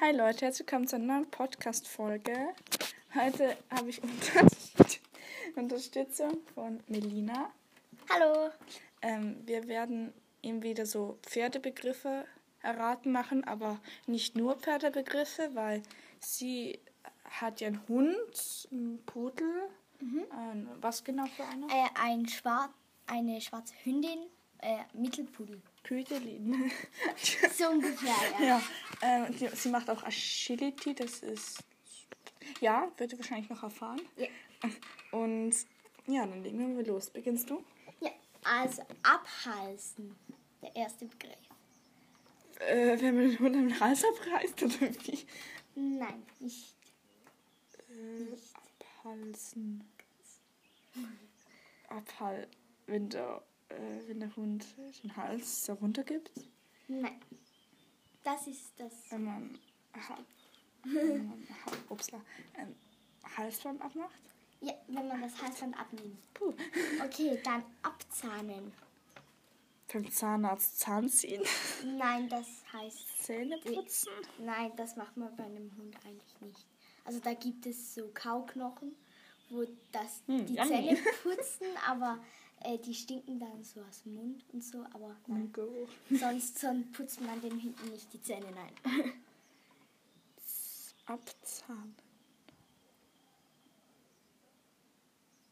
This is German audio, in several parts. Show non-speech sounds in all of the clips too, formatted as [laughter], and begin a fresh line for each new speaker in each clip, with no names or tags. Hi Leute, herzlich willkommen zu einer neuen Podcast-Folge. Heute habe ich Unter [laughs] Unterstützung von Melina.
Hallo.
Ähm, wir werden eben wieder so Pferdebegriffe erraten machen, aber nicht nur Pferdebegriffe, weil sie hat ja einen Hund, einen Pudel. Ein, was genau für eine?
Äh, ein Schwar eine schwarze Hündin, äh, Mittelpudel.
[laughs] Küdelin.
So ungefähr, ja.
ja, ähm, die- sie macht auch Agility, das ist. Ja, wird ihr wahrscheinlich noch erfahren.
ja.
Und ja, dann legen wir los. Beginnst du?
Ja, also abhalsen, der erste Begriff.
Äh, wenn man den Hund am Hals abreißt oder wie?
Nein, nicht.
Äh, abhalsen. Abhal. Wenn der, äh, wenn der Hund den Hals so runtergibt.
Nein. Das ist das.
Wenn man. Ha wenn man ha upsla, ähm, Halsband abmacht.
Ja, wenn man das Halsband abnimmt.
Puh.
Okay, dann abzahnen.
Beim Zahnarzt Zahn ziehen. [laughs]
Nein, das heißt.
Zähne putzen.
Nein, das macht man bei einem Hund eigentlich nicht. Also da gibt es so Kauknochen, wo das
Hm,
die
yummy. [laughs]
Zähne putzen, aber äh, die stinken dann so aus dem Mund und so, aber nein.
Go. [laughs]
Sonst, sonst putzt man den hinten nicht die Zähne, nein.
Abzahnen.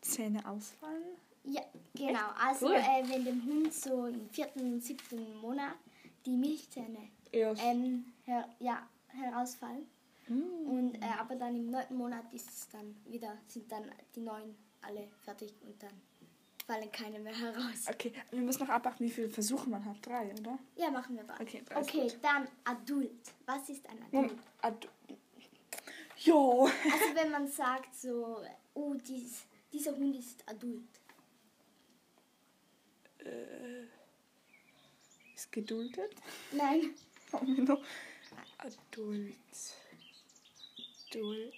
Zähne ausfallen.
Ja, genau. Also
Cool.
äh, wenn dem Hund so im vierten, siebten Monat die Milchzähne
Ja.
ähm, her ja, herausfallen.
hm.
Und, äh, aber dann im neunten Monat ist es dann wieder, sind dann die neuen alle fertig und dann fallen keine mehr heraus.
Okay, wir müssen noch abwarten, wie viele Versuche man hat. Drei, oder?
Ja, machen wir da.
Okay, Hm. das ist
okay dann Adult. Was ist ein Adult?
Ad jo.
Also wenn man sagt so, oh, dies, dieser Hund ist Adult.
Äh, Ist geduldet. [laughs]
Nein.
Oh, Mino. Adult. Adult.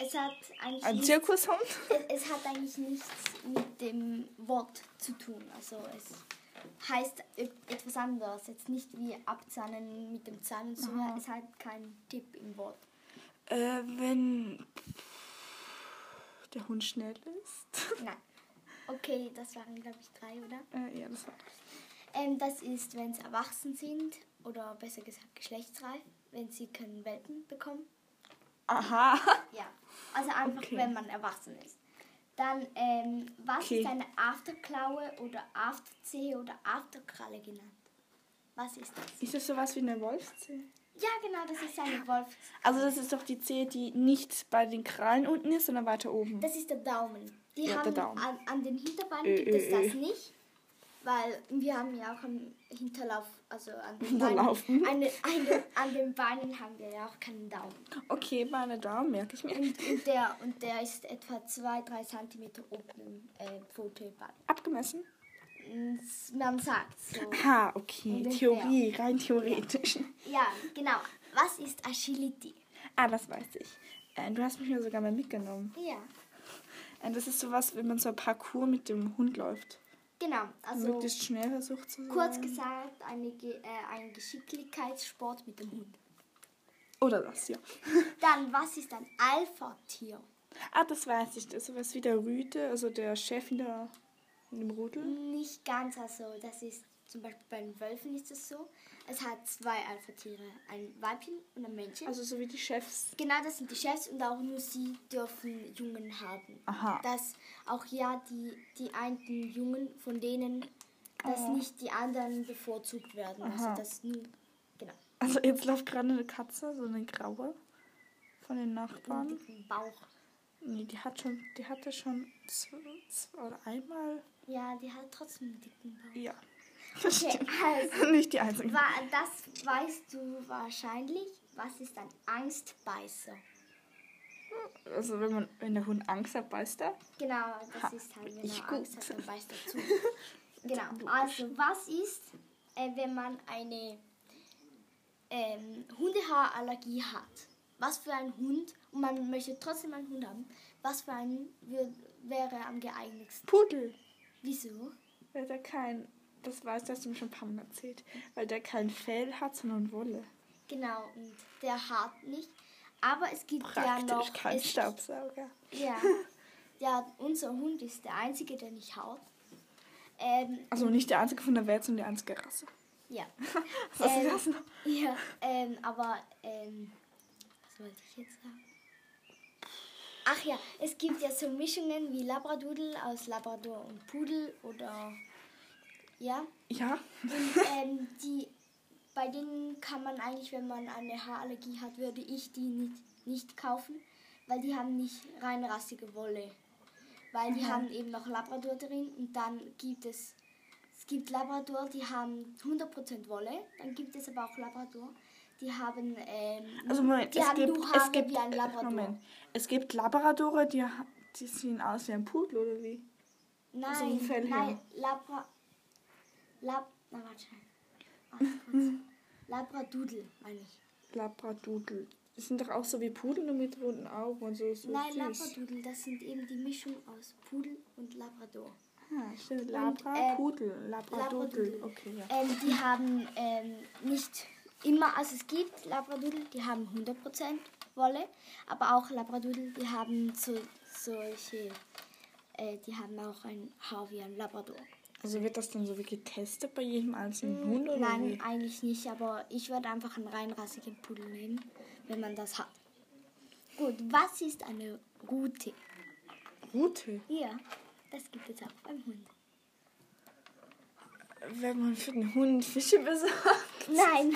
Es hat eigentlich
Ein
nichts-
Zirkushund?
es, es hat eigentlich nichts mit dem Wort zu tun. Also es heißt e- etwas anderes. Jetzt nicht wie abzahnen mit dem Zahn und so. Es hat keinen Tipp im Wort.
Äh, wenn der Hund schnell ist.
Nein. Okay, das waren glaube ich drei, oder?
Äh, ja, das war.
Ähm, das ist, wenn sie erwachsen sind oder besser gesagt geschlechtsreif, wenn sie können Welpen bekommen.
Aha.
Ja, also einfach,
Okay.
wenn man erwachsen ist. Dann, ähm, was
Okay.
ist eine Afterklaue oder Afterzehe oder Afterkralle genannt? Was ist das?
[laughs] Ist das sowas wie eine Wolfszehe?
Ja, genau, das ist eine Wolf.
Also das ist doch die Zehe, die nicht bei den Krallen unten ist, sondern weiter oben.
Das ist der Daumen. Die
Ja, der
haben
Daumen.
An, an den Hinterbeinen
Äh,
gibt es
äh,
das
äh.
nicht, weil wir haben ja auch am Hinterlauf, also an den
Hinterlaufen.
Beinen, an, den- an, den- an den Beinen haben wir ja auch keinen Daumen.
Okay, meine Damen, merke ich mir.
Und, und, der, und der ist etwa 2-3 cm oben im äh, Pfotebein.
Abgemessen?
Man sagt so.
Ha, okay.
Ungefähr.
Theorie, rein theoretisch.
Ja, genau. Was ist Agility?
Ah, das weiß ich. Äh, Du hast mich ja sogar mal mitgenommen.
Ja,
Äh, Das ist sowas, wenn man so ein Parcours mit dem Hund läuft.
genau. Also
Möglichst schnell versucht zu sein.
kurz gesagt, eine, Ge- äh, ein Geschicklichkeitssport mit dem Hund.
Oder das, ja.
Dann, was ist ein Alpha-Tier?
Ah, das weiß ich. Das ist sowas wie der Rüde, also der Chef in, der, in dem Rudel.
Nicht ganz, also das ist zum Beispiel bei den Wölfen ist es so. Es hat zwei Alpha-Tiere, ein Weibchen und ein Männchen.
Also so wie die Chefs.
genau, das sind die Chefs und auch nur sie dürfen Jungen haben.
Aha.
Dass auch ja die, die einen Jungen von denen, dass nicht die anderen bevorzugt werden.
Oh. Aha.
Also das nur, genau.
Also jetzt läuft gerade eine Katze, so eine graue, von den Nachbarn.
dicken Bauch.
Nee, die hat schon, die hatte schon zwei, zwei oder einmal.
Ja, die hat trotzdem einen dicken Bauch.
Ja. [laughs] Das
Okay, also,
stimmt. Nicht die einzige.
wa- das weißt du wahrscheinlich. Was ist ein Angstbeißer?
Also wenn man, wenn der Hund Angst hat, beißt er.
Genau, das
Ha,
ist halt, wenn
ich
er Angst
gut.
hat, dann
[laughs]
beißt er zu. genau, also was ist, äh, wenn man eine ähm, Hundehaarallergie hat? Was für ein Hund, und man möchte trotzdem einen Hund haben, was für einen wür- wäre am geeignetsten?
Pudel.
Wieso?
Weil der kein, das weiß, das hast du mir schon ein paar Mal erzählt, weil der kein Fell hat, sondern Wolle.
Genau, und der hat nicht. Aber es gibt
Praktisch
ja noch.
kein
es,
Staubsauger.
[laughs] Ja. ja, unser Hund ist der einzige, der nicht haut. Ähm,
Also nicht der einzige von der Welt, sondern die einzige Rasse.
ja.
Was
Ähm,
ist das noch?
Ja, [laughs] ähm, aber, ähm, was wollte ich jetzt sagen? Ach ja, es gibt ja so Mischungen wie Labradoodle aus Labrador und Pudel oder, ja,
Ja,
ähm, die, bei denen kann man eigentlich, wenn man eine Haarallergie hat, würde ich die nicht, nicht kaufen, weil die haben nicht reinrassige Wolle. Weil die haben eben noch Labrador drin und dann gibt es, es gibt Labrador, die haben 100% Wolle, dann gibt es aber auch Labrador, die haben, ähm,
also Moment,
die
es
haben
gibt,
nur Haare
es gibt,
wie ein Labrador.
Moment, es gibt Labradore, die, ha- die sehen aus wie ein Pudel oder wie?
Nein,
so ein Fell
nein,
her.
Labra, Lab, na warte, Warte
[laughs]
kurz. Labradoodle, meine ich.
Labradudel. Die sind doch auch so wie Pudel nur mit runden Augen und so. so
Nein,
süß.
Labradoodle, das sind eben die Mischung aus Pudel und Labrador.
Ah, stimmt.
äh,
Labra, Pudel, Labradudel.
Labradoodle.
Okay, ja.
Ähm, die haben ähm, nicht immer, also es gibt Labradoodle, die haben 100% Wolle, aber auch Labradoodle, die haben so, solche, äh, die haben auch ein Haar wie ein Labrador.
Also wird das dann so wie getestet bei jedem einzelnen Hund oder
Hm, Nein,
wie?
eigentlich nicht, aber ich würde einfach einen reinrassigen Pudel nehmen, wenn man das hat. Gut, was ist eine Rute?
Rute.
Ja, das gibt es auch beim Hund.
Wenn man für den Hund Fische besorgt, [laughs]
Nein.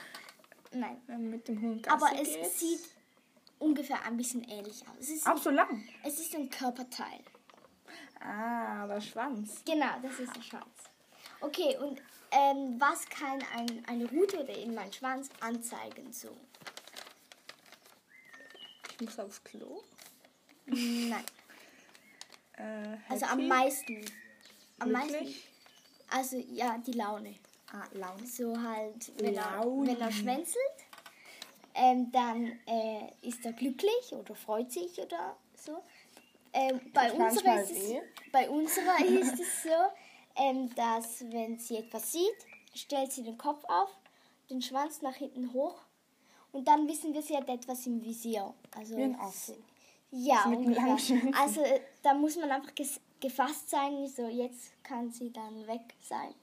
[laughs] Nein.
wenn man mit dem Hund Gassi
Aber es
geht.
sieht ungefähr ein bisschen ähnlich aus. Es ist,
Auch so lang.
es ist ein Körperteil.
Ah, der Schwanz.
Genau, das ist der Schwanz. Okay, und ähm, was kann ein, eine Rute oder eben ein Schwanz anzeigen? So?
Ich muss aufs Klo.
Nein.
Äh,
Also
happy?
am meisten. Am meisten.
Glücklich?
Also ja, die Laune.
Ah, Laune.
So halt, wenn, er,
Laune.
wenn er schwänzelt, ähm, dann äh, ist er glücklich oder freut sich oder so. Ähm, bei,
Tut
unserer
manchmal
ist es,
weh. [laughs]
bei unserer ist es so, ähm, dass wenn sie etwas sieht, stellt sie den Kopf auf, den Schwanz nach hinten hoch und dann wissen wir, sie hat etwas im Visier. Also,
Wie ein Affe.
Ja,
mit einem langen
ungefähr.
Schwanz.
Also äh, da muss man einfach ges gefasst sein, so jetzt kann sie dann weg sein.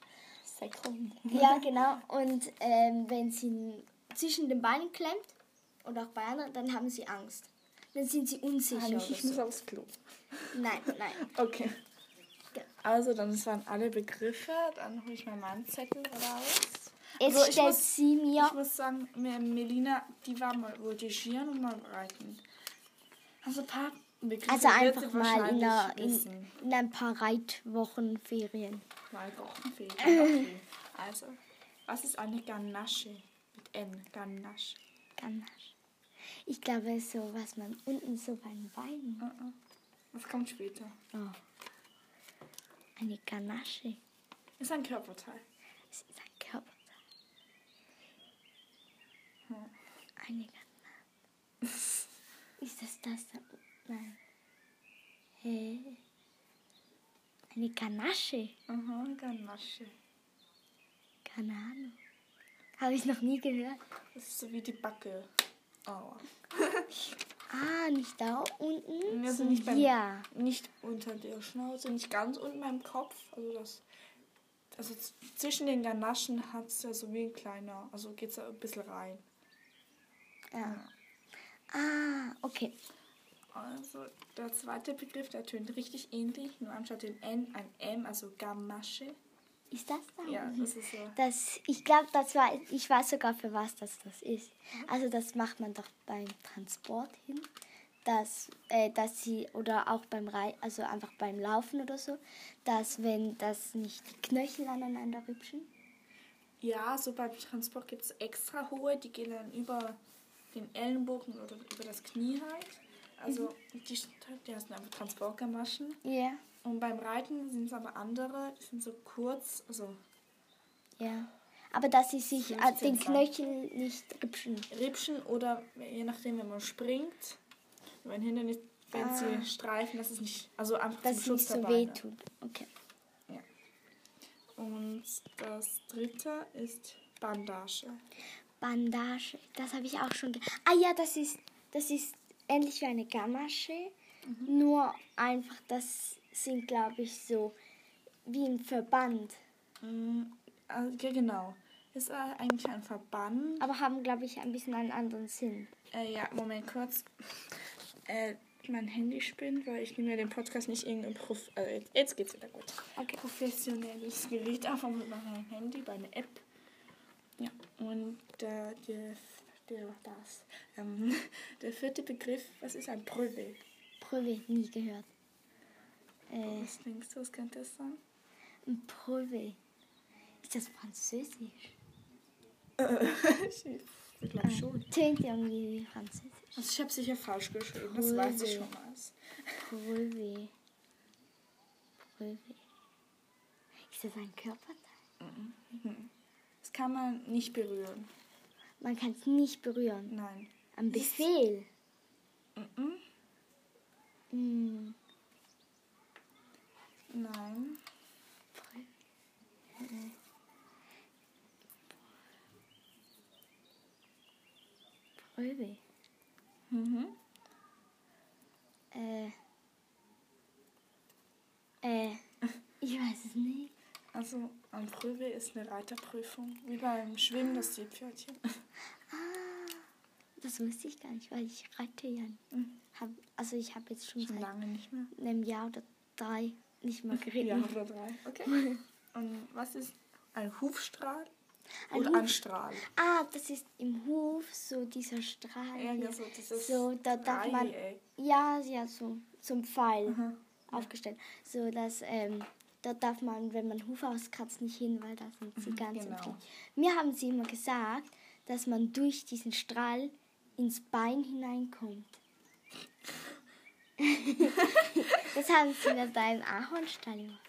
[laughs]
Ja, genau. Und ähm, wenn sie ihn zwischen den Beinen klemmt oder auch bei anderen, dann haben sie Angst. Dann sind sie unsicher.
Ah,
oder
nicht, ich muss
so.
aufs Klo.
Nein,
[laughs]
nein.
Okay.
Genau.
Also, dann das waren alle Begriffe. Dann hole ich mal meinen Zettel raus.
Jetzt
Also, ich
stellt
muss-
sie mir.
Ich muss sagen, mir- Melina, die war mal voltigieren und mal reiten. Also ein paar Begriffe
Also
wird sie
einfach mal in,
wahrscheinlich
einer, in,
wissen.
in ein paar Reitwochen Ferien.
Mal gerochen fehlt. Okay. Also, was ist eine Ganasche? Mit N, Ganasche.
Ganache. Ich glaube, es ist so, was man unten so beim Wein.
Uh-uh. Das kommt später.
Oh.
Oh.
Eine Ganache.
Ist ein Körperteil.
Es ist ein Körper. Hm. Eine Granate. Ist das das da? oben? Nein. Hä? Eine Ganasche?
Aha, Ganasche.
Keine Ahnung. Habe ich noch nie gehört.
Das ist so wie die Backe. Oh. Aua.
Ah, nicht da unten?
Also nicht beim,
Ja.
Nicht unter der Schnauze, nicht ganz unten beim Kopf. Also das. Also z- zwischen den Ganaschen hat es ja so wie ein kleiner. Also geht es da ein bisschen rein.
ja. Ah, okay.
Also der zweite Begriff, der tönt richtig ähnlich, nur anstatt dem N ein M, also Gamasche.
Ist das da?
Ja,
unten?
das ist ja.
Das, ich glaube, das war, ich weiß sogar, für was das, das ist. Also das macht man doch beim Transport hin, dass, äh, dass sie, oder auch beim Rei also einfach beim Laufen oder so, dass wenn das nicht die Knöchel aneinander rübschen.
Ja, so beim Transport gibt es extra hohe, die gehen dann über den Ellenbogen oder über das Knie halt. Also die, die heißen einfach Transportgamaschen.
Ja.
Und beim Reiten sind es aber andere, die sind so kurz, also
Ja. Aber dass sie sich äh, den
15 Gramm.
Knöchel nicht rübschen.
Rippchen oder je nachdem, wenn man springt, wenn man hinter nicht, wenn sie streifen, dass es nicht, also einfach
Dass
zum
es Ah. nicht
Schutz der
so
Beine.
weh tut. Okay.
Und das dritte ist Bandage.
Bandage. Das habe ich auch schon. Ge ah ja, das ist, das ist ähnlich wie eine Gamasche.
Mhm.
Nur einfach, das sind, glaube ich, so wie ein Verband.
Mm, also, ja, genau. Ist äh, eigentlich ein Verband.
Aber haben, glaube ich, ein bisschen einen anderen Sinn.
Äh, ja, Moment kurz. Äh, mein Handy spinnt, weil ich nehme ja den Podcast nicht irgendein Prof also jetzt, jetzt geht's wieder gut.
Okay.
Professionelles Gerät auf mit meinem Handy, bei einer App. Ja, und äh, der, der, das. Ähm, [laughs] der vierte Begriff, was ist ein Brügel?
Prüwe, nie gehört. Äh,
Was denkst du, was könnte das sein?
ein Prüwe. Ist das Französisch?
[laughs] ich glaube schon.
Tönt Ah, irgendwie wie Französisch.
Ah. Also ich habe sicher falsch geschrieben, das weiß ich schon mal.
Prüwe. Prüwe. Ist das ein Körperteil?
mhm, Das kann man nicht berühren.
Man kann es nicht berühren.
Nein.
Ein Befehl.
Mhm.
Hm,
Nein.
Prüwe.
Mhm.
Äh. Äh. Ich weiß es nicht.
Also ein Prügel ist eine Reiterprüfung, wie beim Schwimmen das Seepferdchen.
Ah, das wusste ich gar nicht, weil ich reite ja. nicht.
Mhm.
Hab, also ich habe jetzt schon
Schon
seit
lange nicht mehr.
einem Jahr oder drei nicht mehr geritten.
Ja, oder drei. Okay. [laughs] Und was ist ein Hufstrahl?
Ein
oder ein
Huf-
Strahl?
Ah, das ist im Hof so dieser Strahl.
Ja,
hier.
so dieses
so, da darf man.
Dreieck.
Ja, ja, so zum Pfeil
Mhm.
aufgestellt. So, dass ähm, da darf man, wenn man Hufe auskratzt, nicht hin, weil da sind sie ganz
genau.
empfindlich. Mir haben sie immer gesagt, dass man durch diesen Strahl ins Bein hineinkommt. [laughs] das haben sie mir beim Ahornstall immer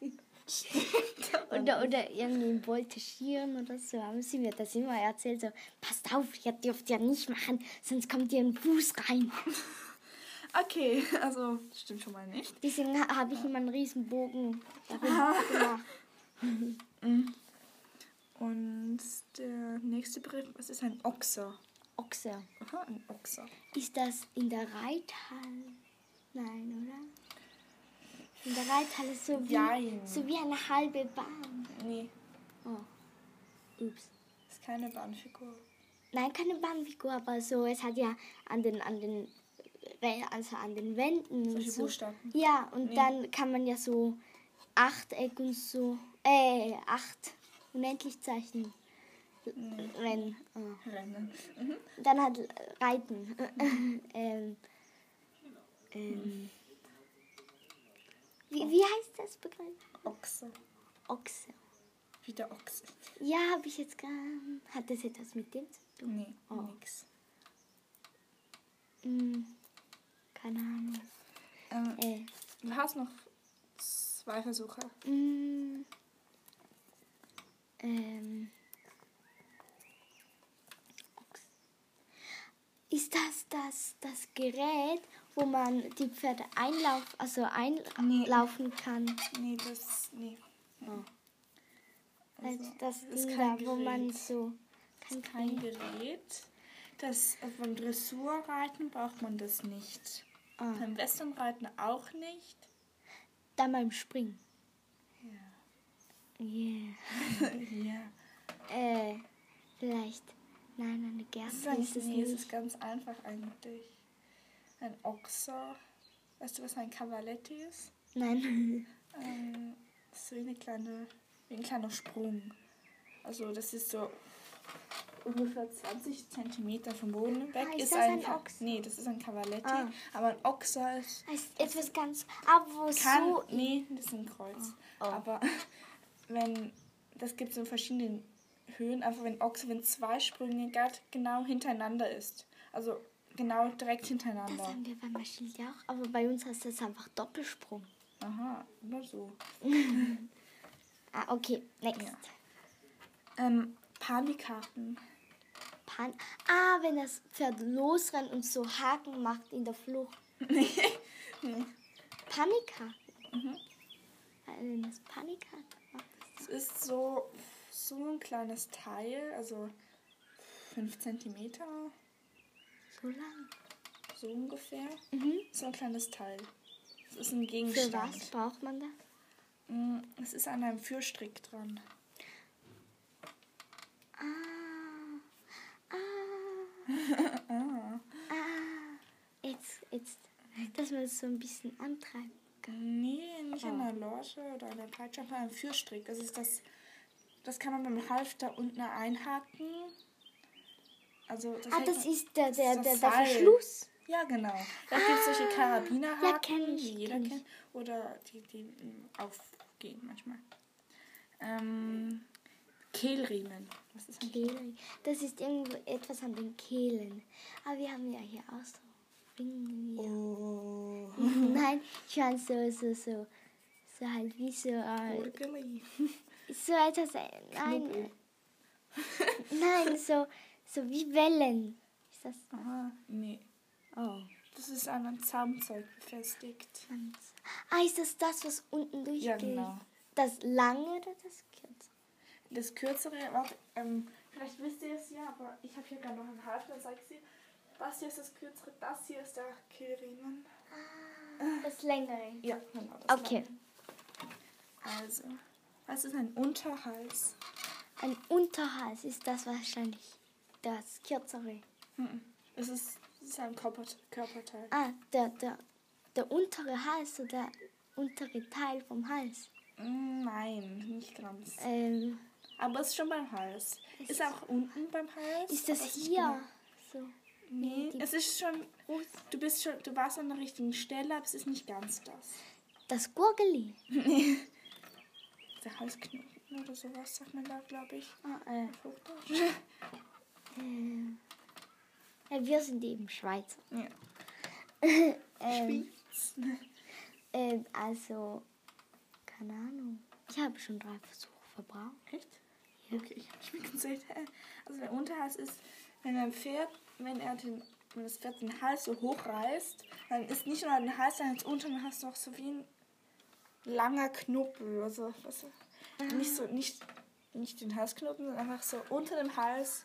erzählt. Oder, oder irgendwie im Voltigieren oder so haben sie mir das immer erzählt. So, passt auf, ihr dürft ja nicht machen, sonst kommt ihr ein Fuß rein.
Okay, [laughs] also stimmt schon mal nicht.
Deswegen ha- habe ich immer einen riesen Bogen darum gemacht.
Und der nächste Begriff, was ist ein Ochser?
Ochse.
Aha, ein Ochser.
Ist das in der Reithalle? Nein, oder? In der Reithalle ist so wie,
Jein.
so wie eine halbe Bahn.
Nee,
Oh. Ups.
ist keine Bahnfigur.
Nein, keine Bahnfigur, aber so, es hat ja an den, an den, Rä- also an den Wänden.
Solche
und so.
Buchstaben.
Ja, und
Nee.
dann kann man ja so Achteck und so, äh, acht unendlich Zeichen
Nee,
rennen. Oh.
Rennen. Mhm,
Dann hat äh, Reiten. [laughs] ähm, ähm, wie, wie heißt das Begriff?
Ochse.
Ochse.
Wie der Ochse.
Ja, habe ich jetzt gar. Hat das etwas mit dem zu tun?
Nee,
Oh.
nix.
Hm, keine Ahnung.
Ähm,
Äh,
du hast noch zwei Versuche.
hm, ähm, Ochs. Ist das, das das Gerät, wo man die Pferde einlauf, also
Nee.
einlaufen kann?
Nee, das. Nee. Ah.
Also,
Also,
das
ist
Ding
kein
da, wo man
Gerät.
so.
Das ist kein Gerät. Das, äh, beim Dressurreiten braucht man das nicht.
Ah.
Beim Westernreiten auch nicht.
Dann beim Springen.
Ja.
Yeah.
[laughs] ja.
Äh, vielleicht. Nein, eine
Das ist
Gerte
ganz,
ist es
nee, es
nicht.
ist ganz einfach eigentlich. Ein Ochser. Weißt du, was ein Cavaletti ist? [laughs]
Nein.
Ähm, so eine kleine, wie ein kleiner Sprung. Also das ist so ungefähr 20 Zentimeter vom Boden weg.
Ah, ist das ein
Ka-
Ochs?
Nee, das ist ein Cavaletti.
Ah.
Aber ein Ochser ist
Heißt etwas ganz. Aber wo
kann,
Oh, so. Ah, oh.
nee, das ist ein Kreuz. Aber [laughs] wenn, das gibt es in verschiedenen Höhen, einfach wenn Ochse, wenn zwei Sprünge grad genau hintereinander ist. Also genau direkt
Das
hintereinander.
haben wir bei Maschine ja auch. Aber bei uns heißt das einfach Doppelsprung.
Aha, immer so.
Ah, okay. Next.
Ja. Ähm, Panikkarten.
Pan. Ah, wenn das Pferd losrennt und so Haken macht in
[laughs]
der Flucht.
Nee.
Panikhaken. Mhm. Wenn das Panikhaken macht.
Es ist so, so ein kleines Teil, also 5 cm,
So lang.
so ungefähr.
Mhm.
So ein kleines Teil. Es ist ein
Für
Gegenstand.
was braucht man das?
Mm, Es ist an einem Fürstrick dran.
Ah.
[laughs]
Ah. ah. Jetzt, jetzt. Dass man es so ein bisschen antreibt.
Nee, nicht
Ah.
an einer Lorsche oder an der Peitsche, sondern an einem Fürstrick. Das ist das, das kann man mit dem Halfter unten einhaken. Also das
Ah,
hängt-
das ist der, der,
das
der, der
Seil.
Verschluss.
Ja, genau. Da gibt es solche Karabinerhaken,
Ah, kenn ich,
die jeder
kenn ich.
kennt. Oder die, die mm, aufgehen manchmal. Ähm, Kehlriemen. Was ist das?
Kehlen. Das ist irgendwo etwas an den Kehlen. Aber wir haben ja hier auch so Ringen. hier.
Oh.
[laughs]
[laughs]
Nein, ich meine so, so, so. So halt wie so. Äh,
Gurgeli.
so etwas. Äh, nein. nein, so, so wie Wellen. Ist das.
Aha, Ah, nee.
Oh.
Das ist an einem Zaumzeug befestigt.
Ah, ist das das, was unten durchgeht?
Ja, genau.
Das lange oder das kürze?
Das kürzere war, ähm, vielleicht wisst ihr es ja, aber ich habe hier gerade noch einen Halfter, zeig sie. Das hier ist das kürzere, das hier ist der Kehlriemen.
Das längere.
Ja, genau. Das
Okay.
war- Also, was ist ein Unterhals?
Ein Unterhals ist das wahrscheinlich das kürzere.
Mhm. Es ist, es ist ein Körper, Körperteil.
Ah, der, der, der untere Hals oder der untere Teil vom Hals.
Mm, Nein, nicht ganz.
Ähm,
Aber es ist schon beim Hals. Ist, auch unten beim Hals.
ist das
aber es genau-
hier? So.
Nee,
die-
es ist schon.
groß?
Du bist schon. Du warst an der richtigen Stelle, aber es ist nicht ganz das.
Das Gurgeli.
Der Halsknoten oder sowas sagt man da, glaube ich.
Ah, äh,
auf Hochdeutsch.
Ähm, ja, wir sind eben Schweizer.
Ja.
[laughs] Ähm, ähm, also, keine Ahnung. Ich habe schon drei Versuche verbraucht.
Echt? Okay, ich habe mich gesehen. Also der Unterhals ist, wenn ein Pferd, wenn er den, wenn das Pferd den Hals so hochreißt, dann ist nicht nur den Hals, sondern jetzt unten hast du auch so wie ein langer Knubbel. Also was, nicht so, nicht, nicht den Halsknoten, sondern einfach so unter dem Hals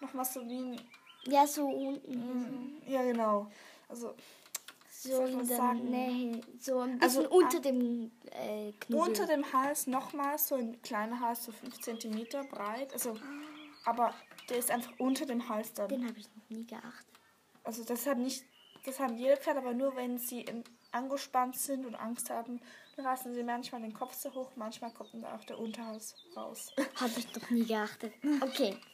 nochmal so wie ein.
Ja, so unten.
Ja genau. Also
So
Soll ich
in
was
der
sagen?
Nähe. So ein
Also,
bisschen unter dem äh, Knubbel.
unter dem Hals nochmal so ein kleiner Hals, so 5 cm breit. Also aber der ist einfach unter dem Hals dann.
den habe ich noch nie geachtet.
Also das haben nicht, das haben jede Pferde, aber nur wenn sie in, angespannt sind und Angst haben, dann reißen sie manchmal den Kopf so hoch, manchmal kommt dann auch der Unterhals raus.
Habe ich noch nie geachtet. [laughs] Okay.
[laughs]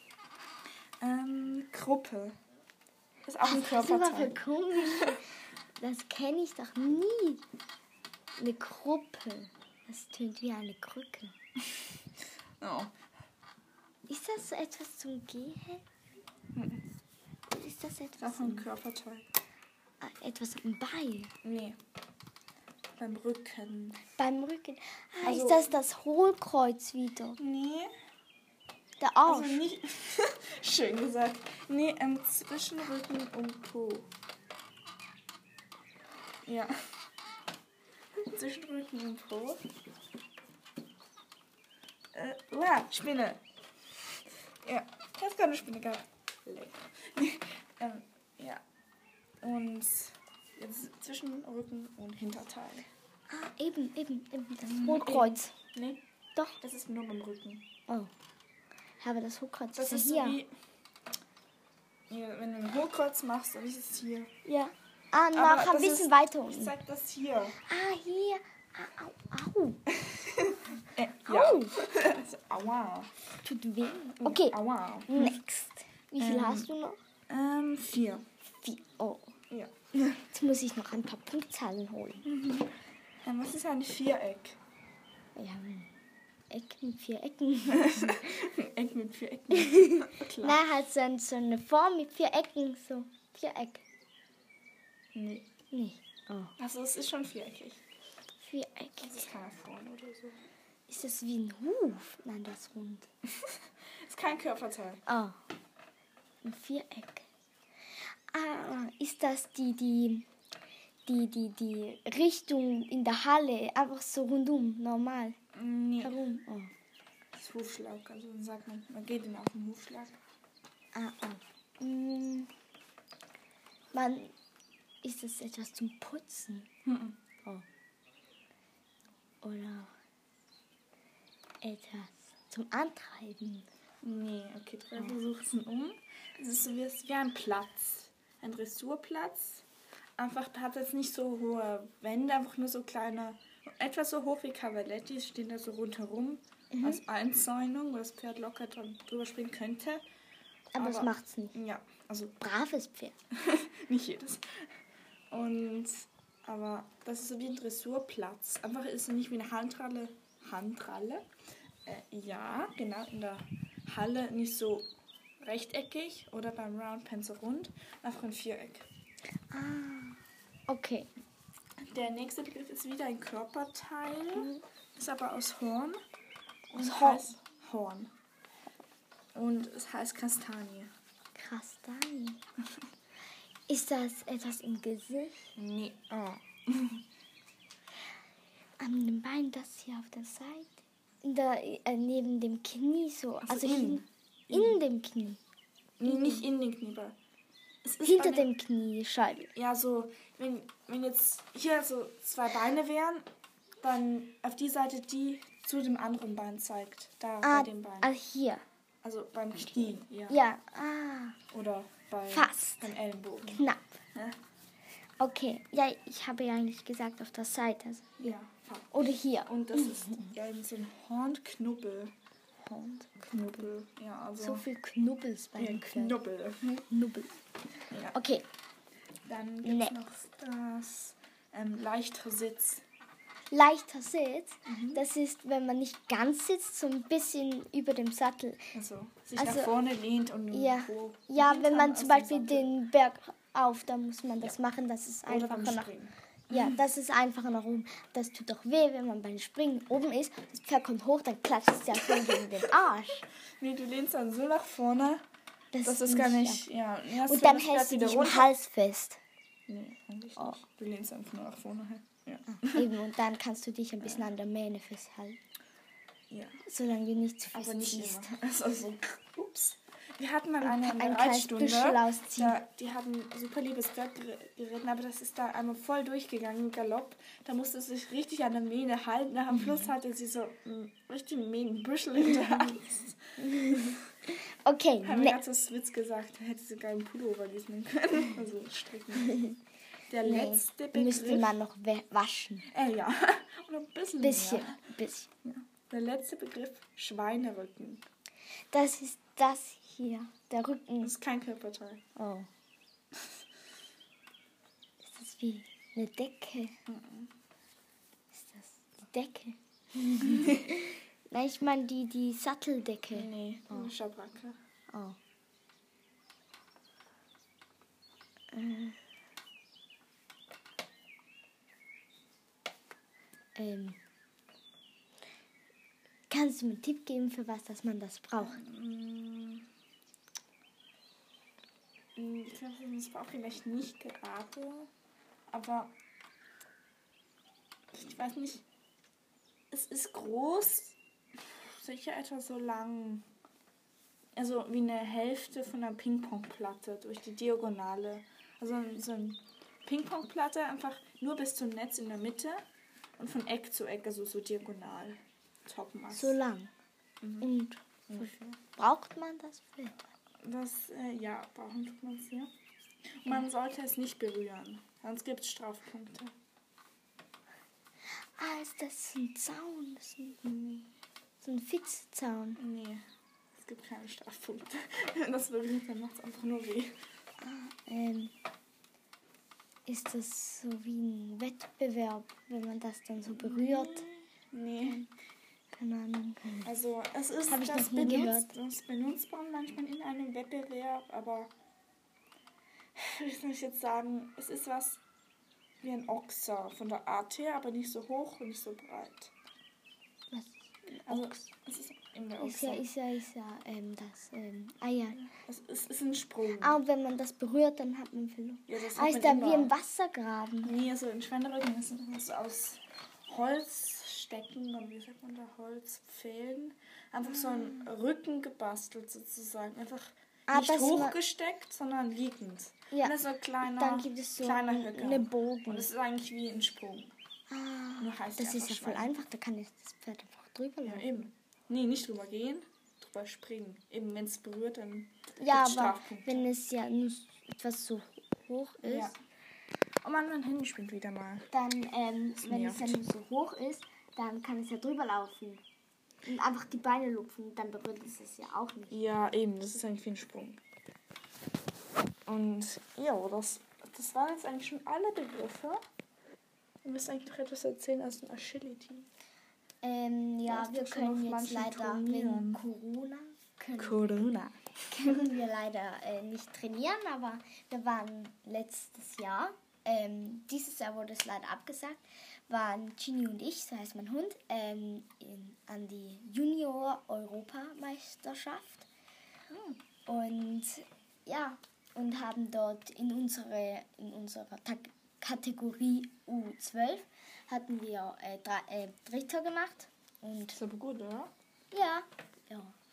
Ähm, Gruppe. Ist auch ein
Das ist immer für
Körperteil.
komisch. Das kenne ich doch nie. Eine Gruppe. Das tönt wie eine Krücke.
Oh.
Ist das so etwas zum Gehen? Mhm. Ist das
Ist auch
etwas,
ein Körperteil.
äh, etwas am Bein?
Nee. Beim Rücken.
Beim Rücken? Ah,
Also-
ist das das Hohlkreuz wieder?
Nee.
Der Arsch?
Also nicht. [laughs] Schön gesagt. Nee, ähm, zwischen Rücken und Po. Ja. [laughs] zwischen Rücken und Po. Äh, uah, Spinne. Ja, ich habe gerade eine Spinne gehabt. Leck. [laughs] ähm, ja. Und jetzt zwischen Rücken und Hinterteil.
ah, eben, eben, eben. Das Hohlkreuz.
Nee,
Doch.
das ist nur beim Rücken.
Oh. Ja, aber das Hohlkreuz
Das ist
ist
so
ja hier.
wie. Ja, wenn du einen Hohlkreuz machst, dann ist es hier.
ja. Ah,
Aber
nachher ein
das
bisschen
ist-
weiter
Ich
unten.
zeig das hier.
Ah, hier. Ah, au, au.
Äh,
Au.
[laughs] Aua.
Tut weh. Oh. Okay,
Aua.
next. Wie viel hast du noch?
Ähm, vier.
Wie? Oh.
Ja.
[laughs] Jetzt muss ich noch ein paar Punktzahlen holen.
Ähm, was ist ein Viereck?
Ja. Ecken, vier Ecken.
Ein Eck mit vier
[laughs]
Ecken. Klar.
Na, halt so, ein, so eine Form mit vier Ecken. So, vier Ecken.
Nee.
Nee. Oh.
Also es ist schon viereckig.
Vier Ecken.
Das ist keine Form oder so.
Ist das wie ein Huf? Nein, das ist rund.
Ist kein Körperteil.
Ah, ein Viereck. Ah, ist das die, die, die, die, die Richtung in der Halle? Einfach so rundum, normal,
Nee.
herum. Oh.
Das Hufschlag. Also dann sagt man, man geht ihm auf den Hufschlag.
Ah, oh. Mm. Man, ist das etwas zum Putzen?
Mhm.
Oh. Oder etwas zum Antreiben?
Nee, okay, drei Versuchen um. Es ist so wie, es ist wie ein Platz. Ein Dressurplatz. Einfach hat jetzt nicht so hohe Wände, einfach nur so kleine, etwas so hoch wie Cavalettis, stehen da so rundherum als Einzäunung, wo das Pferd locker dran drüber springen könnte.
Aber, das macht's nicht.
Ja, also
Braves Pferd.
nicht jedes. Und aber das ist so wie ein Dressurplatz. Einfach ist es nicht wie eine Handralle. Handralle? Äh, ja, genau, in der Halle nicht so rechteckig oder beim Round Pen so rund, einfach ein Viereck.
Okay.
Der nächste Begriff ist wieder ein Körperteil, ist aber aus Horn. Und
Aus Horn.
heißt Horn. Und es heißt Kastanie.
Krass, Dani. [laughs] Ist das etwas im Gesicht?
Nee. oh.
An dem Bein, das hier auf der Seite? In der, äh, neben dem Knie so. Also,
innen.
hin- in dem Knie.
Nee, nicht in den Knieball. Es ist
Hinter
bei der-
dem Knie, Scheibe.
Ja, so, wenn, wenn jetzt hier so zwei Beine wären, dann auf die Seite, die zu dem anderen Bein zeigt. Da
Ah,
bei dem Bein.
ah, hier.
Also beim Knie, ja.
Ja, ah,
Oder bei,
Fast.
beim Ellenbogen. ne?
knapp.
Ja.
Okay, ja, ich habe ja eigentlich gesagt auf der Seite. Also.
ja, fast.
Oder hier.
Und das ist
Mhm.
ja eben so ein Hornknubbel.
Und
Knubbel, ja, also.
so viel Knubbels bei
ja,
dem Pferd.
Knubbel.
Knubbel.
Ja.
Okay,
Dann gibt es
Nee.
noch das ähm, leichtere Sitz.
leichter Sitz. Das ist, wenn man nicht ganz sitzt, so ein bisschen über dem Sattel.
Also sich
Also,
nach vorne lehnt und den
Ja,
Po
ja
hintern
wenn man
aus
zum
dem
Beispiel
Sattel-
den Berg auf, dann muss man das machen. Das ist
oder beim
einfacher nach
Springen. Mhm.
Ja, das ist einfacher nach oben. Das tut doch weh, wenn man beim Springen oben ist. Das Pferd kommt hoch, dann klatscht es ja schon gegen den Arsch.
Nee, du lehnst dann so nach vorne,
Das,
dass es gar nicht. Ja, erst
Und
wenn
dann
das Pferd
hältst du
wieder
dich im Hals fest.
Nee, eigentlich
Oh. Ah,
nicht. Du lehnst einfach nur nach vorne hin. Ja.
Eben, und dann kannst du dich ein bisschen an der Mähne festhalten.
ja.
Solange du nicht zu
Aber
fest
nicht
ziehst.
[laughs] immer. Also so, ups. Wir hatten mal eine,
Ein
eine
kleines
Reitstunde.
Büschel ausziehen.
Da, die haben ein super liebes Pferd ger- geritten, aber das ist da einmal voll durchgegangen im Galopp. Da musste es sich richtig an der Mähne halten. Nach dem
Mhm.
Fluss hatte sie so einen richtigen Mähnenbüschel in der Angst.
Okay,
Haben wir
ne.
ganz aus Witz gesagt, da hätte sie gar einen Pullover nehmen
[laughs]
können. Also stricken. Der letzte
Nee, müsste
Begriff.
man noch we- waschen.
Äh, ja. [laughs] Und ein bisschen.
Bisschen,
Mehr.
bisschen.
Der letzte Begriff: Schweinerücken.
Das ist das hier, der Rücken.
Das ist kein Körperteil.
Oh. Ist das wie eine Decke? Ist das die [laughs] Decke? Nein, ich meine die, die Satteldecke.
Nee, eine Schabracke.
Oh. Äh. Ähm. Kannst du mir einen Tipp geben, für was dass man das braucht?
Hm, Ich glaube, das war auch vielleicht nicht gerade. Aber ich weiß nicht. Es ist groß. Sicher etwa so lang. Also wie eine Hälfte von einer Ping-Pong-Platte durch die Diagonale. Also so eine Ping-Pong-Platte einfach nur bis zum Netz in der Mitte und von Eck zu Eck, also so diagonal. Topmaß.
So lang. Und wofür braucht man das für?
Das, äh, ja, brauchen tut man es hier. Man sollte es nicht berühren, sonst gibt es Strafpunkte.
Ah, ist das ein Zaun? Das ist ein, so ein Fitzzaun.
Nee, es gibt keine Strafpunkte. [laughs] Wenn das berührt, dann macht es einfach nur weh.
Ähm, ist das so wie ein Wettbewerb, wenn man das dann so berührt?
Nee,
Keine Ahnung.
also es ist
Hab ich
das,
noch nie
benutzt, das benutzt man manchmal in einem Wettbewerb, aber [sighs] wie soll ich jetzt sagen, es ist was wie ein Ochser von der Art her, aber nicht so hoch und nicht so breit.
Was?
Also, es ist eben der
Ist ja,
Ochser.
ist ja, ist ja, ähm, das, ähm, ah ja.
Es es ist ein Sprung.
Ah, und wenn man das berührt, dann hat man verloren.
Ja, das
Ah,
hat
ist da
man
wie im
immer.
Wassergraben.
Nee, also in Schweinderücken ist es aus Holz, Stecken und wie sagt man da, Holzpfählen, einfach so einen Rücken gebastelt sozusagen. Einfach
Mm. Ah,
nicht
das war-
hochgesteckt, sondern liegend.
Ja.
Und das ist so ein kleiner,
Dann gibt es so
kleiner
ein-
Höcker.
eine Bogen. Ah,
Und es ist eigentlich wie ein Sprung. Nur heißt
Das
er
ist ja
einfach
voll einfach, da kann jetzt das Pferd einfach drüber
Ja,
laufen.
eben. Nee, nicht drüber gehen, drüber springen. Eben, wenn es berührt, dann
Ja,
gibt's
aber
Strafpunkte.
wenn es ja nur etwas so hoch ist,
Ja. Oh Mann, mein Handy spinnt wieder mal.
dann, ähm, wenn es ja
nervt.
nur so hoch ist, dann kann es ja drüber laufen. Und einfach die Beine lupfen, dann berührt es es ja auch nicht.
Ja, eben, das ist eigentlich wie ein Sprung. Und ja, das, das waren jetzt eigentlich schon alle Begriffe. Wir müssen eigentlich noch etwas erzählen aus dem Agility.
Ähm,
ja, wir können jetzt leider wegen
Corona können,
Corona.
können wir leider äh, nicht trainieren, aber wir waren letztes Jahr, ähm, dieses Jahr wurde es leider abgesagt, waren Gini und ich, so heißt mein Hund, ähm, in, an die Junior-Europameisterschaft. Und ja, und haben dort in, unsere, in unserer Ta Kategorie U12 hatten wir äh, drei, äh, Dritter gemacht. Und
Ist aber gut, oder?
ja, [laughs]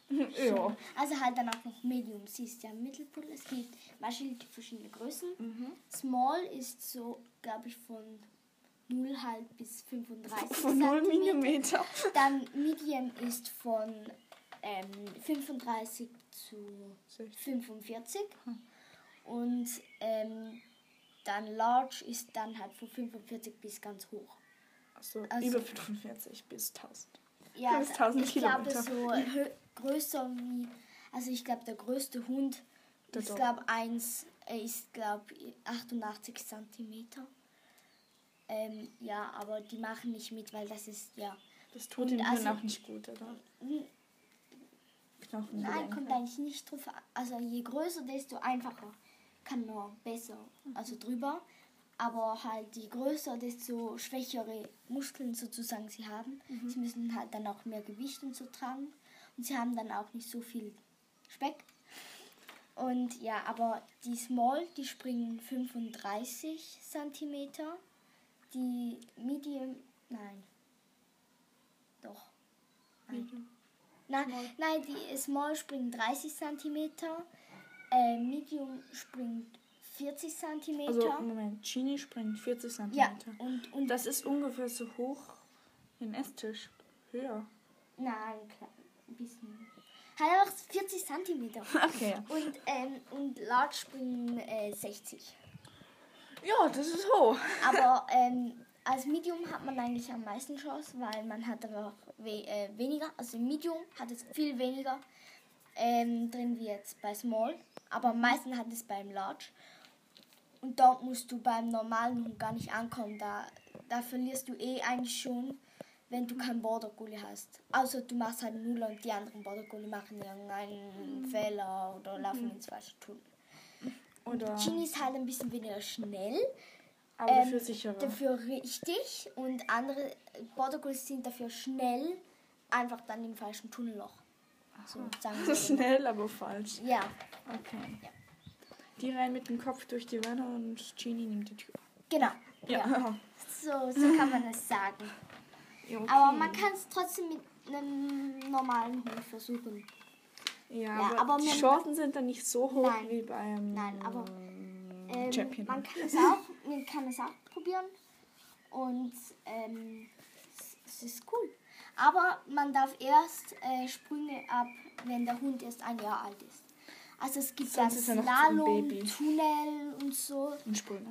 ja.
ja.
Also halt dann auch noch Medium. Sie ist ja Mittelpudel. Es gibt wahrscheinlich verschiedene Größen.
Mhm.
Small ist so, glaube ich, von 0,5 bis 35
Von 0
Zentimeter.
Millimeter.
Dann Medium ist von ähm, 35 zu 45. Und ähm, dann Large ist dann halt von 45 bis ganz hoch.
Achso,
Also-
über 45 bis 1000.
Ja,
Das ist 1000
ich glaube,
Kilometer.
so hö- größer wie, also ich glaube, der größte Hund,
Der
ich
Dog.
glaube, eins äh, ist, glaube 88 Zentimeter. Ähm, ja, aber die machen nicht mit, weil das ist, ja,
Das tut
Und
dem Hirn
also-
auch nicht gut, oder? Knochen
nein,
Gelenke.
kommt eigentlich nicht drauf an. Also je größer, desto einfacher, kann nur besser, also drüber. Aber halt je größer, desto schwächere Muskeln sozusagen sie haben. Sie müssen halt dann auch mehr Gewicht und so tragen. Und sie haben dann auch nicht so viel Speck. Und ja, aber die Small, die springen 35 cm. Die Medium, nein. Doch. Nein. Nein, nein, die Small springen 30 cm. Äh, Medium springt 40 cm.
Also, Moment, Chini springt 40 cm.
ja, und, und
Das ist ungefähr so hoch wie ein Esstisch. Höher.
Nein, klar, ein bisschen. Halt einfach 40 cm.
Okay.
Und, ähm, und Large springen äh, 60.
Ja, das ist hoch.
Aber ähm, als Medium hat man eigentlich am meisten Chance, weil man hat aber we äh, weniger. Also Medium hat es viel weniger ähm, drin wie jetzt bei Small. Aber am meisten hat es beim Large. Und dort musst du beim normalen Hund gar nicht ankommen. Da, da verlierst du eh eigentlich schon, wenn du keinen Border Collie hast. Außer du machst halt Nuller und die anderen Border Collie machen irgendeinen Fehler oder laufen ins falsche Tunnel.
Oder,
Chini ist halt ein bisschen weniger schnell,
aber
ähm,
dafür sicherer.
Dafür richtig und andere Border Collies sind dafür schnell, einfach dann im falschen Tunnelloch. So, sagen
[laughs]
wir [laughs] so.
Ah. Schnell, aber falsch.
Ja,
Okay. Die rein mit dem Kopf durch die Wanne und Chini nimmt die Tür.
genau.
Ja.
So, so kann man
[laughs]
es sagen.
Ja, okay.
Aber man kann es trotzdem mit einem normalen Hund versuchen.
ja,
ja,
aber,
aber
die
man-
Chancen sind dann nicht so hoch
Nein.
wie beim.
Nein, aber ähm,
Champion.
man kann es auch, man kann es auch probieren und ähm, es- es ist cool. Aber man darf erst äh, Sprünge ab, wenn der Hund erst ein Jahr alt ist. Also es gibt dann
Sonst ist er noch so ein
Slalom,
Baby.
Tunnel und so.
Ein Sprünge. ne?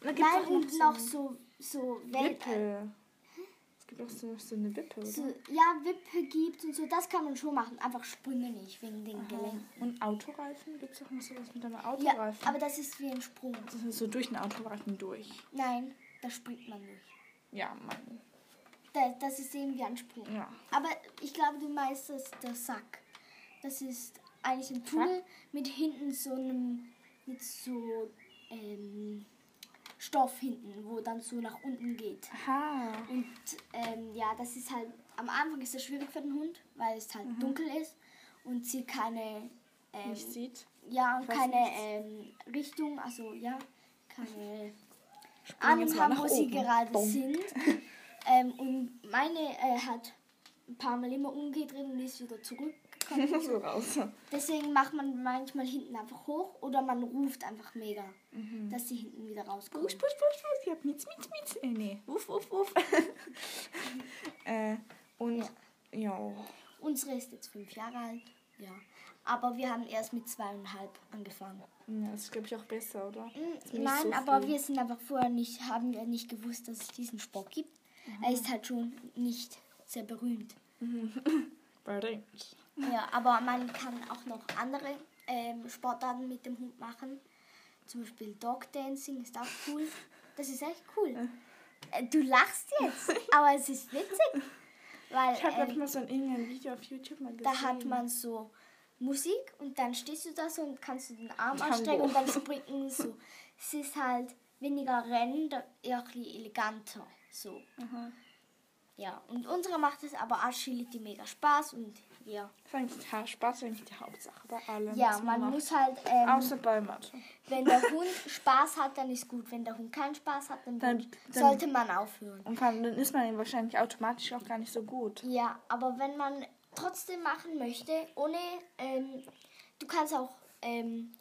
Und da gibt's
Nein,
auch
und noch so so
eine
Welt, äh,
Wippe. Es gibt auch so, so eine Wippe,
so,
oder?
ja Wippe gibt und so. Das kann man schon machen. Einfach Sprünge nicht wegen den Gelenken.
Und Autoreifen? Gibt es auch noch sowas mit einem
Ja,
Autoreifen?
aber das ist wie ein Sprung.
das ist so durch den Autoreifen durch.
Nein, da springt man durch.
Ja, Mann.
Das, das ist eben wie ein Sprung.
Ja.
Aber ich glaube, du meinst das der Sack. Das ist eigentlich ein Tunnel mit hinten so einem mit so ähm, Stoff hinten, wo dann so nach unten geht.
Aha.
Und ähm, ja, das ist halt am Anfang ist das schwierig für den Hund, weil es halt dunkel ist und sie keine ähm,
Nicht [laughs] sieht.
ja und
fast
keine
nichts.
ähm, Richtung, also ja keine
jetzt
Ahnung
mal
haben,
nach
wo sie
oben.
gerade
[laughs] Bumm.
sind. Ähm, und meine äh, hat ein paar Mal immer umgedreht und ist wieder
[laughs]
zurückgekommen.
so raus.
Deswegen macht man manchmal hinten einfach hoch oder man ruft einfach mega,
Mhm.
dass sie hinten wieder rauskommt.
Push, push, push, push. Ich hab Mietz, Mietz, Mietz. Äh, nee. Wuff, wuff, wuff. [laughs] äh, und, ja.
Unsere ist jetzt fünf Jahre alt, ja. Aber wir haben erst mit zweieinhalb angefangen.
ja. Das ist, glaube ich, auch besser, oder? Ist nicht
Mm, Nein,
so
aber
früh.
wir sind einfach vorher nicht, haben wir nicht gewusst, dass es diesen Sport gibt.
Mhm.
Er ist halt schon nicht sehr berühmt.
Berühmt.
Ja, aber man kann auch noch andere ähm, Sportarten mit dem Hund machen. Zum Beispiel Dog Dancing ist auch cool. Das ist echt cool. Äh, Du lachst
[laughs]
jetzt, aber es ist witzig. Weil
Ich habe
ähm,
letztes Mal so ein irgendein Video auf YouTube mal gesehen.
da hat man so Musik und dann stehst du da so und kannst du den Arm
Tango.
ausstrecken und dann springen so. Es ist halt weniger Rennen, da- eher ein bisschen eleganter. So.
Aha.
Ja, und unsere macht es aber auch Agility mega Spaß und ja.
Das ist eigentlich ja, Spaß ist eigentlich die Hauptsache bei allem.
Ja,
was
man
macht.
muss halt, ähm,
Außer bei Mathe.
wenn der Hund [laughs] Spaß hat, dann ist gut. Wenn der Hund keinen Spaß hat, dann,
Dann-
gut.
dann-
sollte man aufhören.
Und kann, dann ist man ihm wahrscheinlich automatisch auch gar nicht so gut.
Ja, aber wenn man trotzdem machen möchte, ohne, ähm, du kannst auch ähm,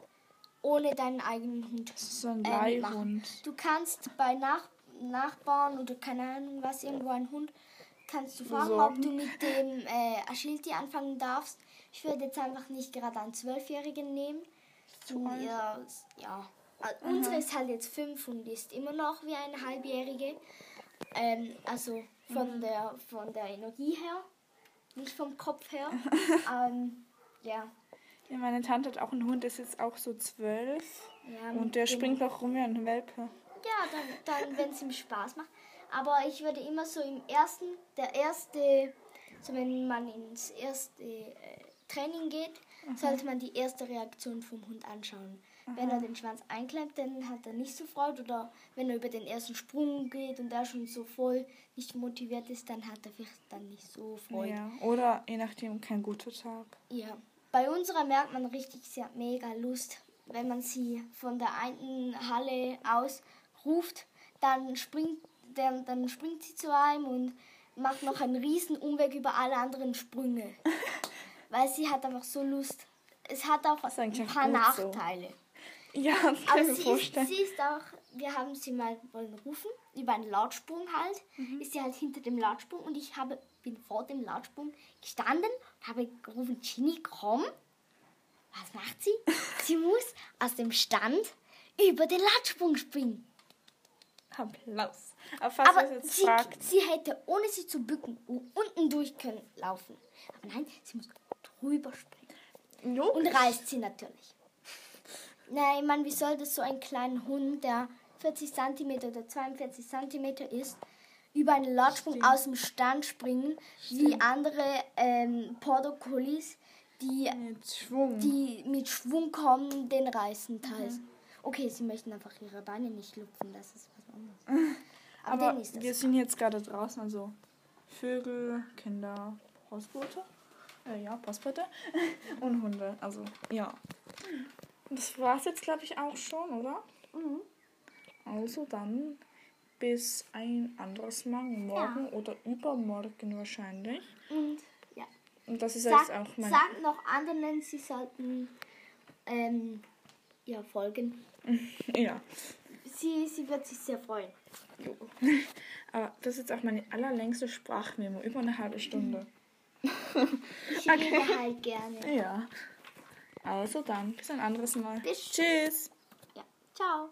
ohne deinen eigenen Hund
Das ist so ein
ähm,
Leihhund.
machen. Du kannst bei Nach Nachbarn oder keine Ahnung was, irgendwo einen Hund, kannst du fragen, ob
Besorgen.
du mit dem äh, Agility anfangen darfst. Ich würde jetzt einfach nicht gerade einen Zwölfjährigen nehmen. Zu
alt.
ja, s- ja. Also Unsere ist halt jetzt fünf und die ist immer noch wie eine Halbjährige. Ähm, also von,
Mhm.
der, von der Energie her, nicht vom Kopf
[laughs]
her. ähm, ja.
Ja, meine Tante hat auch einen Hund, der ist jetzt auch so zwölf.
ja.
Und der
mit dem-
springt auch rum wie ein Welpe.
Ja, dann, dann wenn es ihm Spaß macht. Aber ich würde immer so im ersten, der erste, so wenn man ins erste äh, Training geht, sollte man die erste Reaktion vom Hund anschauen. Wenn er den Schwanz einklemmt, dann hat er nicht so Freude. Oder wenn er über den ersten Sprung geht und er schon so voll nicht motiviert ist, dann hat er vielleicht dann nicht so Freude.
Ja. Oder je nachdem, kein guter Tag.
Ja, bei unserer merkt man richtig, sie hat mega Lust. Wenn man sie von der einen Halle aus ruft, dann springt, dann, dann springt sie zu einem und macht noch einen riesen Umweg über alle
[laughs]
anderen Sprünge. Weil sie hat einfach so Lust. Es hat auch
ist eigentlich
ein
auch
paar
gut so.
Nachteile.
Ja, [laughs] das kann
Aber
ich mir
sie ist,
vorstellen.
sie ist auch, wir haben sie mal wollen rufen, über einen Lautsprung halt,
Mhm.
ist sie halt hinter dem Lautsprung und ich habe, bin vor dem Lautsprung gestanden und habe gerufen, Ginny, komm. Was
[laughs]
macht sie? sie muss aus dem Stand über den Lautsprung springen.
Applaus. Aber falls ihr
Aber
es jetzt
sie,
fragt,
sie hätte, ohne sich zu bücken, unten durch können laufen. Aber nein, sie muss drüber springen. Und
Logisch.
reißt sie natürlich. Nein, man, wie soll das so einen kleinen Hund, der 40 cm oder 42 cm ist, über einen Lautsprung aus dem Stand springen, wie andere ähm, Portocollis, die,
Mit Schwung.
die mit Schwung kommen, den reißen teils.
Mhm.
Okay, sie möchten einfach ihre Beine nicht lupfen, das ist was anderes.
[laughs]
Aber,
Aber
dann ist das.
wir sind jetzt gerade draußen, also Vögel, Kinder, Postbote. Äh, ja, Postbote. [laughs] Und Hunde. Also, ja. Das war's jetzt, glaube ich, auch schon, oder?
Mhm.
Also dann bis ein anderes Mal morgen oder übermorgen wahrscheinlich.
Und ja.
Und Mhm. das ist ja jetzt
Sag,
auch mein.
sag noch anderen, sie sollten ähm, ja, folgen.
Ja.
Sie, sie wird sich sehr freuen.
Jo. Aber das ist jetzt auch meine allerlängste Sprachmemo, über eine halbe Stunde.
Ich rede halt gerne.
Ja. Also dann, bis ein anderes Mal.
Bis-
Tschüss.
Ja. Ciao.